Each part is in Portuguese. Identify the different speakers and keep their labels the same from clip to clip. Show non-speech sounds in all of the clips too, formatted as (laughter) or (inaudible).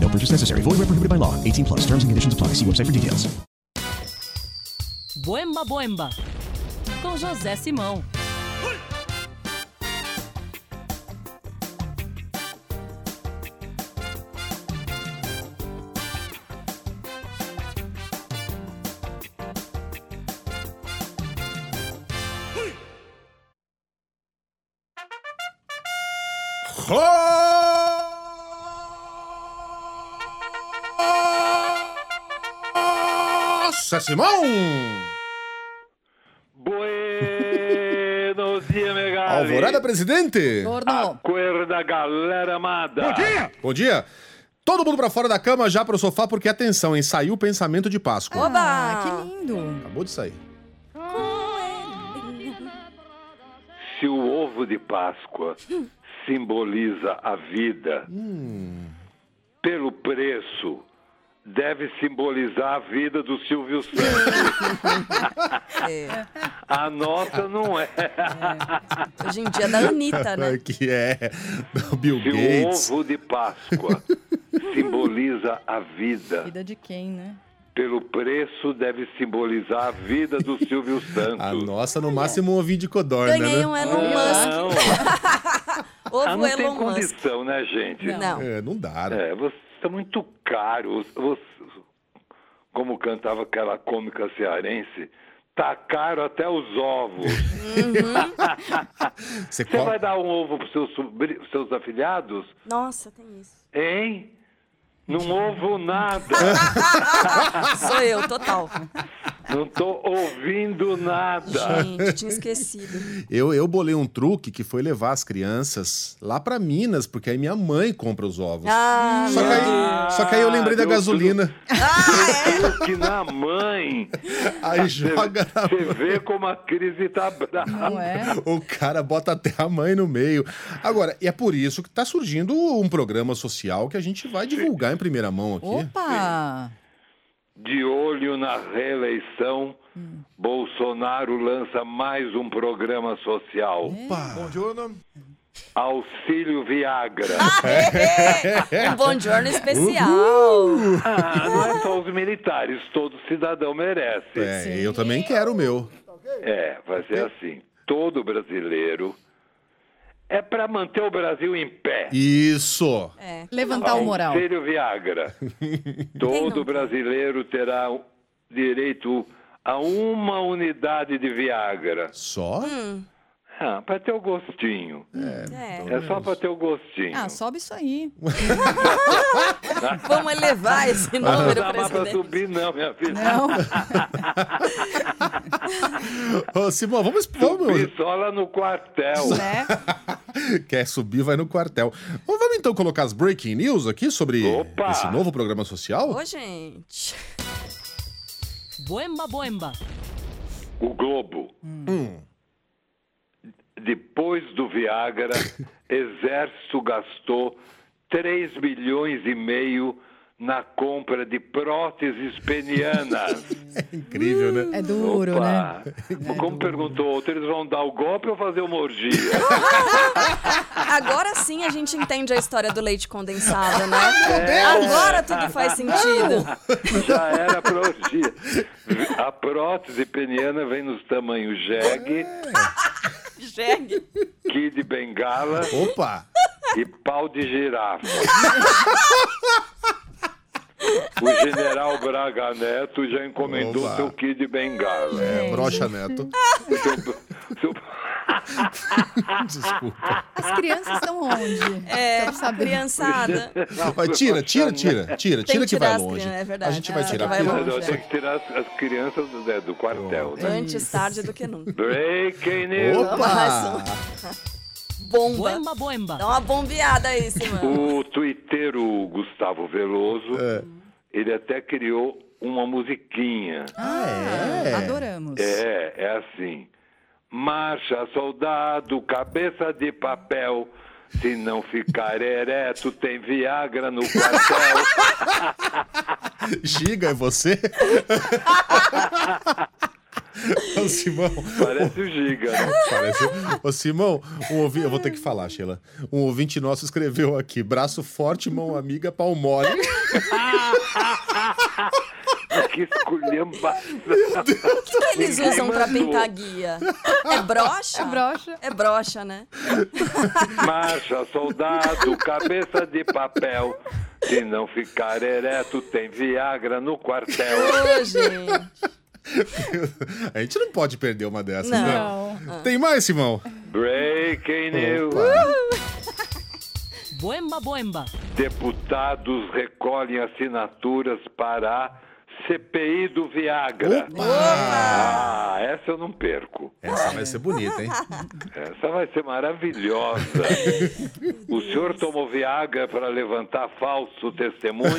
Speaker 1: No purchase necessary. Void where prohibited by law. 18 plus. Terms and conditions apply. See website for details.
Speaker 2: Boemba Boemba, com José Simão.
Speaker 3: Nossa, Simão!
Speaker 4: Buenos dias, Megali.
Speaker 3: Alvorada Presidente!
Speaker 4: Acorda, galera amada.
Speaker 3: Bom dia! Bom dia! Todo mundo pra fora da cama, já pro sofá, porque atenção, hein? Saiu o pensamento de Páscoa.
Speaker 4: Ah.
Speaker 5: Oba, que lindo.
Speaker 3: Acabou de sair.
Speaker 4: Se o ovo de Páscoa simboliza a vida,
Speaker 3: Hum.
Speaker 4: pelo preço, deve simbolizar a vida do Silvio Santos. a nossa não é.
Speaker 5: Hoje em dia é da Anitta,
Speaker 3: (laughs)
Speaker 5: né?
Speaker 3: que é do Bill
Speaker 4: Se o
Speaker 3: Gates.
Speaker 4: ovo de Páscoa simboliza a vida,
Speaker 5: Vida de quem, né?
Speaker 4: pelo preço, deve simbolizar a vida do Silvio
Speaker 3: A
Speaker 4: Santos.
Speaker 3: nossa, no máximo, um ovinho de codorna,
Speaker 5: Ganhei
Speaker 3: né?
Speaker 5: um
Speaker 4: Não,
Speaker 5: Elon Musk.
Speaker 4: não, Ah,
Speaker 5: (laughs) Ovo
Speaker 4: não tem
Speaker 5: Elon Musk.
Speaker 4: condição, né, gente?
Speaker 5: Não.
Speaker 3: É, não dá. né?
Speaker 4: É, você está muito caro. Você, como cantava aquela cômica cearense, tá caro até os ovos.
Speaker 5: (laughs)
Speaker 3: Você
Speaker 4: Você
Speaker 3: co-
Speaker 4: É. vai dar um ovo para seus, sobri- pros seus afilhados?
Speaker 5: Nossa, tem isso.
Speaker 4: Hein? Não ovo
Speaker 5: (laughs)
Speaker 4: nada.
Speaker 5: Sou eu, (laughs) total.
Speaker 4: Não tô ouvindo
Speaker 5: (laughs)
Speaker 4: nada.
Speaker 5: Gente, tinha esquecido.
Speaker 3: eu, eu bolei um truque que foi levar as crianças lá pra Minas, porque aí minha mãe compra os ovos.
Speaker 5: Ah,
Speaker 3: só, que aí, só que aí eu lembrei da
Speaker 4: Ah, deu (laughs)
Speaker 3: gasolina.
Speaker 4: Tudo que na mãe.
Speaker 3: Aí joga na
Speaker 4: Você vê como a crise tá brava.
Speaker 5: não é?
Speaker 3: (laughs) O cara bota até a mãe no meio. Agora, e é por isso que tá surgindo um programa social que a gente vai divulgar em primeira mão aqui.
Speaker 6: Opa!
Speaker 4: De olho na reeleição,
Speaker 5: Hum.
Speaker 4: Bolsonaro lança mais um programa social.
Speaker 5: É?
Speaker 4: Auxílio Viagra.
Speaker 5: Um bom giorno especial.
Speaker 4: Ah, não é só os militares, todo cidadão merece.
Speaker 3: É, eu também quero o meu.
Speaker 4: É, vai ser assim. Todo brasileiro é para manter o Brasil em pé.
Speaker 3: Isso!
Speaker 5: É.
Speaker 6: Levantar o moral.
Speaker 4: Auxílio Viagra.
Speaker 5: (laughs)
Speaker 4: Todo brasileiro terá o direito a uma unidade de Viagra.
Speaker 3: Só?
Speaker 5: Hum.
Speaker 4: Ah, para ter o gostinho.
Speaker 5: É.
Speaker 4: É só para ter o gostinho.
Speaker 6: Ah, sobe isso aí.
Speaker 5: (laughs) Vamos elevar esse
Speaker 4: não
Speaker 5: número,
Speaker 4: dá mais para
Speaker 5: presidente.
Speaker 4: subir, não, minha filha.
Speaker 6: Não.
Speaker 3: Ô, Simão, vamos. vamos (laughs)
Speaker 4: Subir só lá no quartel.
Speaker 6: né?
Speaker 3: quer subir, vai no quartel. Bom, Vamos então colocar as breaking news aqui sobre
Speaker 4: Opa!
Speaker 3: esse novo programa social?
Speaker 5: Ô, gente.
Speaker 2: Boemba Boemba,
Speaker 4: O Globo. Depois do Viagra, Exército gastou 3 bilhões e meio na compra de próteses penianas.
Speaker 3: Incrível, né?
Speaker 7: É duro, né?
Speaker 4: Opa. Como perguntou outro, eles vão dar o golpe ou fazer uma orgia?
Speaker 5: Agora sim a gente entende a história do leite condensado, né?
Speaker 3: Deus!
Speaker 5: Agora tudo faz sentido.
Speaker 4: Já era pra orgia. A prótese peniana vem nos tamanhos jegue,
Speaker 5: Jegue.
Speaker 4: kid de bengala
Speaker 5: Hum.
Speaker 3: Opa!
Speaker 4: e pau de girafa. O general Braga Neto já encomendou
Speaker 3: Oba.
Speaker 4: seu kid de bengala.
Speaker 3: É, brocha
Speaker 5: (laughs)
Speaker 3: neto.
Speaker 4: Seu-
Speaker 3: Desculpa.
Speaker 7: As crianças estão onde?
Speaker 5: É,
Speaker 7: Quero saber.
Speaker 5: criançada.
Speaker 3: Vai, tira, tira, tira. Tira,
Speaker 5: Tem
Speaker 3: tira
Speaker 5: que
Speaker 3: que vai
Speaker 5: tirar as
Speaker 3: longe.
Speaker 5: crianças, é verdade.
Speaker 3: A gente vai
Speaker 5: Ah,
Speaker 3: tirar.
Speaker 5: que vai
Speaker 4: Mas eu
Speaker 5: longe.
Speaker 4: tenho que tirar as, as crianças do, né, do quartel, né?
Speaker 5: Antes tarde do que nunca.
Speaker 4: Breaking news!
Speaker 3: Opa!
Speaker 5: Bomba.
Speaker 2: Boemba, boemba.
Speaker 5: Dá uma bombeada aí, Simão.
Speaker 4: O twitteiro Gustavo Veloso, ele até criou uma musiquinha.
Speaker 3: É.
Speaker 7: Adoramos.
Speaker 4: É, é assim. Marcha, soldado, cabeça de papel. Se não ficar ereto, tem Viagra no quartel.
Speaker 3: Giga, é você? (laughs) Ô, Simão.
Speaker 4: Parece o Giga, né?
Speaker 3: Parece... Ô, Simão, um ouvinte... eu vou ter que falar, Sheila. Um ouvinte nosso escreveu aqui: braço forte, mão amiga, pau mole. (laughs)
Speaker 4: Que esculhambação.
Speaker 5: O que eles
Speaker 4: Ninguém
Speaker 5: usam pra
Speaker 4: mandou.
Speaker 5: pintar guia? É brocha? É
Speaker 7: brocha.
Speaker 5: É brocha, né?
Speaker 4: Marcha, soldado, cabeça de papel. Se não ficar ereto, tem Viagra no quartel.
Speaker 5: Ô, gente.
Speaker 3: A gente não pode perder uma dessas,
Speaker 5: Não.
Speaker 3: né? Tem mais, Simão?
Speaker 4: Breaking news.
Speaker 2: Boemba, boemba.
Speaker 4: Deputados recolhem assinaturas para a CPI do Viagra. Ah, essa eu não perco.
Speaker 3: Essa vai ser bonita, hein?
Speaker 4: Essa vai
Speaker 7: (laughs)
Speaker 4: ser maravilhosa. O senhor tomou Viagra para levantar falso
Speaker 7: (laughs)
Speaker 4: testemunho?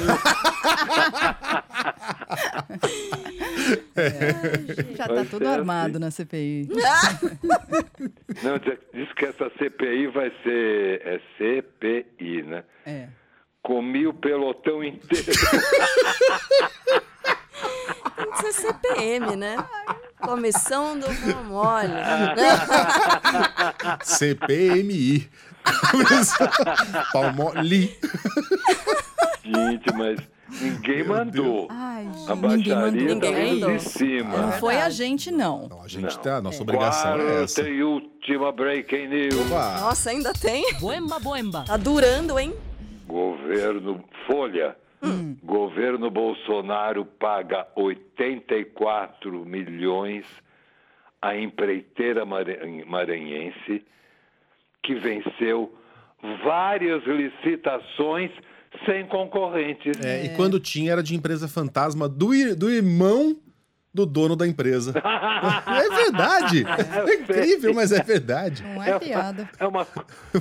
Speaker 7: Já tá tudo armado na CPI.
Speaker 4: Não, diz- diz que essa CPI vai ser. É CPI, né?
Speaker 7: É.
Speaker 4: Comi o pelotão inteiro.
Speaker 7: (laughs)
Speaker 5: Tem que ser CPM, né? Comissão do né? Pão Mole.
Speaker 3: CPMI. (laughs) pau mole.
Speaker 4: Gente, mas ninguém mandou.
Speaker 7: Ai,
Speaker 4: A
Speaker 7: gente.
Speaker 4: baixaria
Speaker 5: Ninguém
Speaker 4: tá
Speaker 5: mandou.
Speaker 4: vindo de cima.
Speaker 7: Não foi a gente, não.
Speaker 3: Não, a gente tá, a nossa obrigação é essa. Ah,
Speaker 4: Quarta e última breaking news.
Speaker 3: Opa.
Speaker 5: Nossa, ainda tem?
Speaker 2: Boemba, boemba.
Speaker 5: Tá durando, hein?
Speaker 4: Governo Folha. Governo Bolsonaro paga 84 milhões à empreiteira mare- maranhense que venceu várias licitações sem concorrentes. (laughs)
Speaker 3: É, E quando tinha era de empresa fantasma do, ir- do irmão do dono da empresa. é verdade. É incrível, mas é verdade.
Speaker 7: Não é piada.
Speaker 4: É uma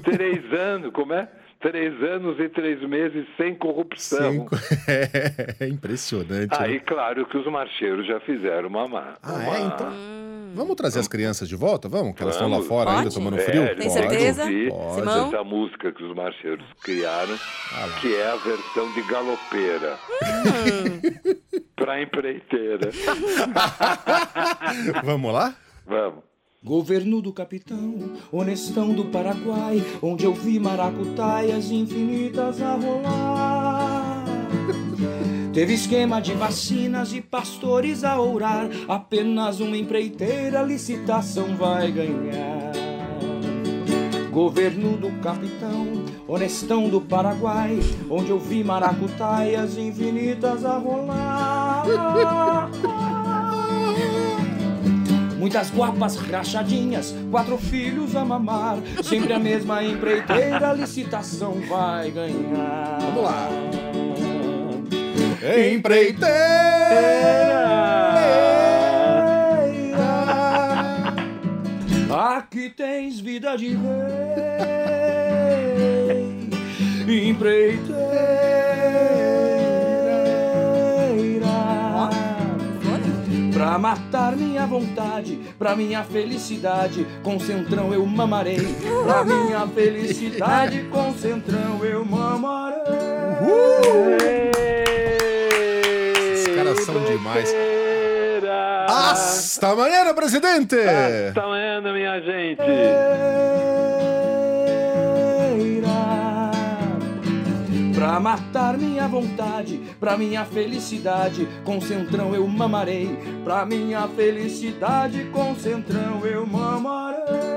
Speaker 4: três anos, como é? Três anos e três meses sem corrupção.
Speaker 3: Cinco. (laughs) É, impressionante. né?
Speaker 4: Aí, claro que os marcheiros já fizeram uma má.
Speaker 3: Ah,
Speaker 4: uma...
Speaker 3: é? Então.
Speaker 5: Hum.
Speaker 3: Vamos trazer as crianças de volta? Vamos? Que elas estão lá fora ainda
Speaker 5: Pode?
Speaker 3: tomando
Speaker 5: É,
Speaker 3: frio?
Speaker 4: eles
Speaker 5: Tem
Speaker 4: vão
Speaker 5: certeza?
Speaker 4: ouvir
Speaker 3: Pode.
Speaker 5: Simão?
Speaker 4: Essa música que os marcheiros criaram,
Speaker 8: Ah
Speaker 4: que é a versão de galopeira. (laughs)
Speaker 8: (laughs)
Speaker 4: pra empreiteira.
Speaker 3: Vamos lá?
Speaker 4: Vamos.
Speaker 8: Governo do capitão, honestão do Paraguai, onde eu vi maracutaias infinitas a
Speaker 4: (laughs)
Speaker 8: rolar. Teve esquema de vacinas e pastores a ourar, apenas uma empreiteira licitação vai ganhar. Governo do capitão, honestão do Paraguai, onde eu vi maracutaias infinitas a rolar. Muitas guapas rachadinhas, quatro filhos a mamar. Sempre a mesma empreiteira, a licitação vai ganhar.
Speaker 3: Vamos lá. Empreiteira!
Speaker 8: Aqui tens vida de rei, empreiteira. Pra matar minha vontade, pra minha felicidade, com centrão eu mamarei. Pra minha felicidade, com centrão eu mamarei.
Speaker 3: Os caras são demais.
Speaker 4: Empreiteira!
Speaker 3: Ah, Hasta mañana, presidente!
Speaker 9: Tá vendo, minha gente?
Speaker 4: Pra matar minha vontade, pra minha felicidade, com centrão eu mamarei. Pra minha felicidade, com centrão eu mamarei.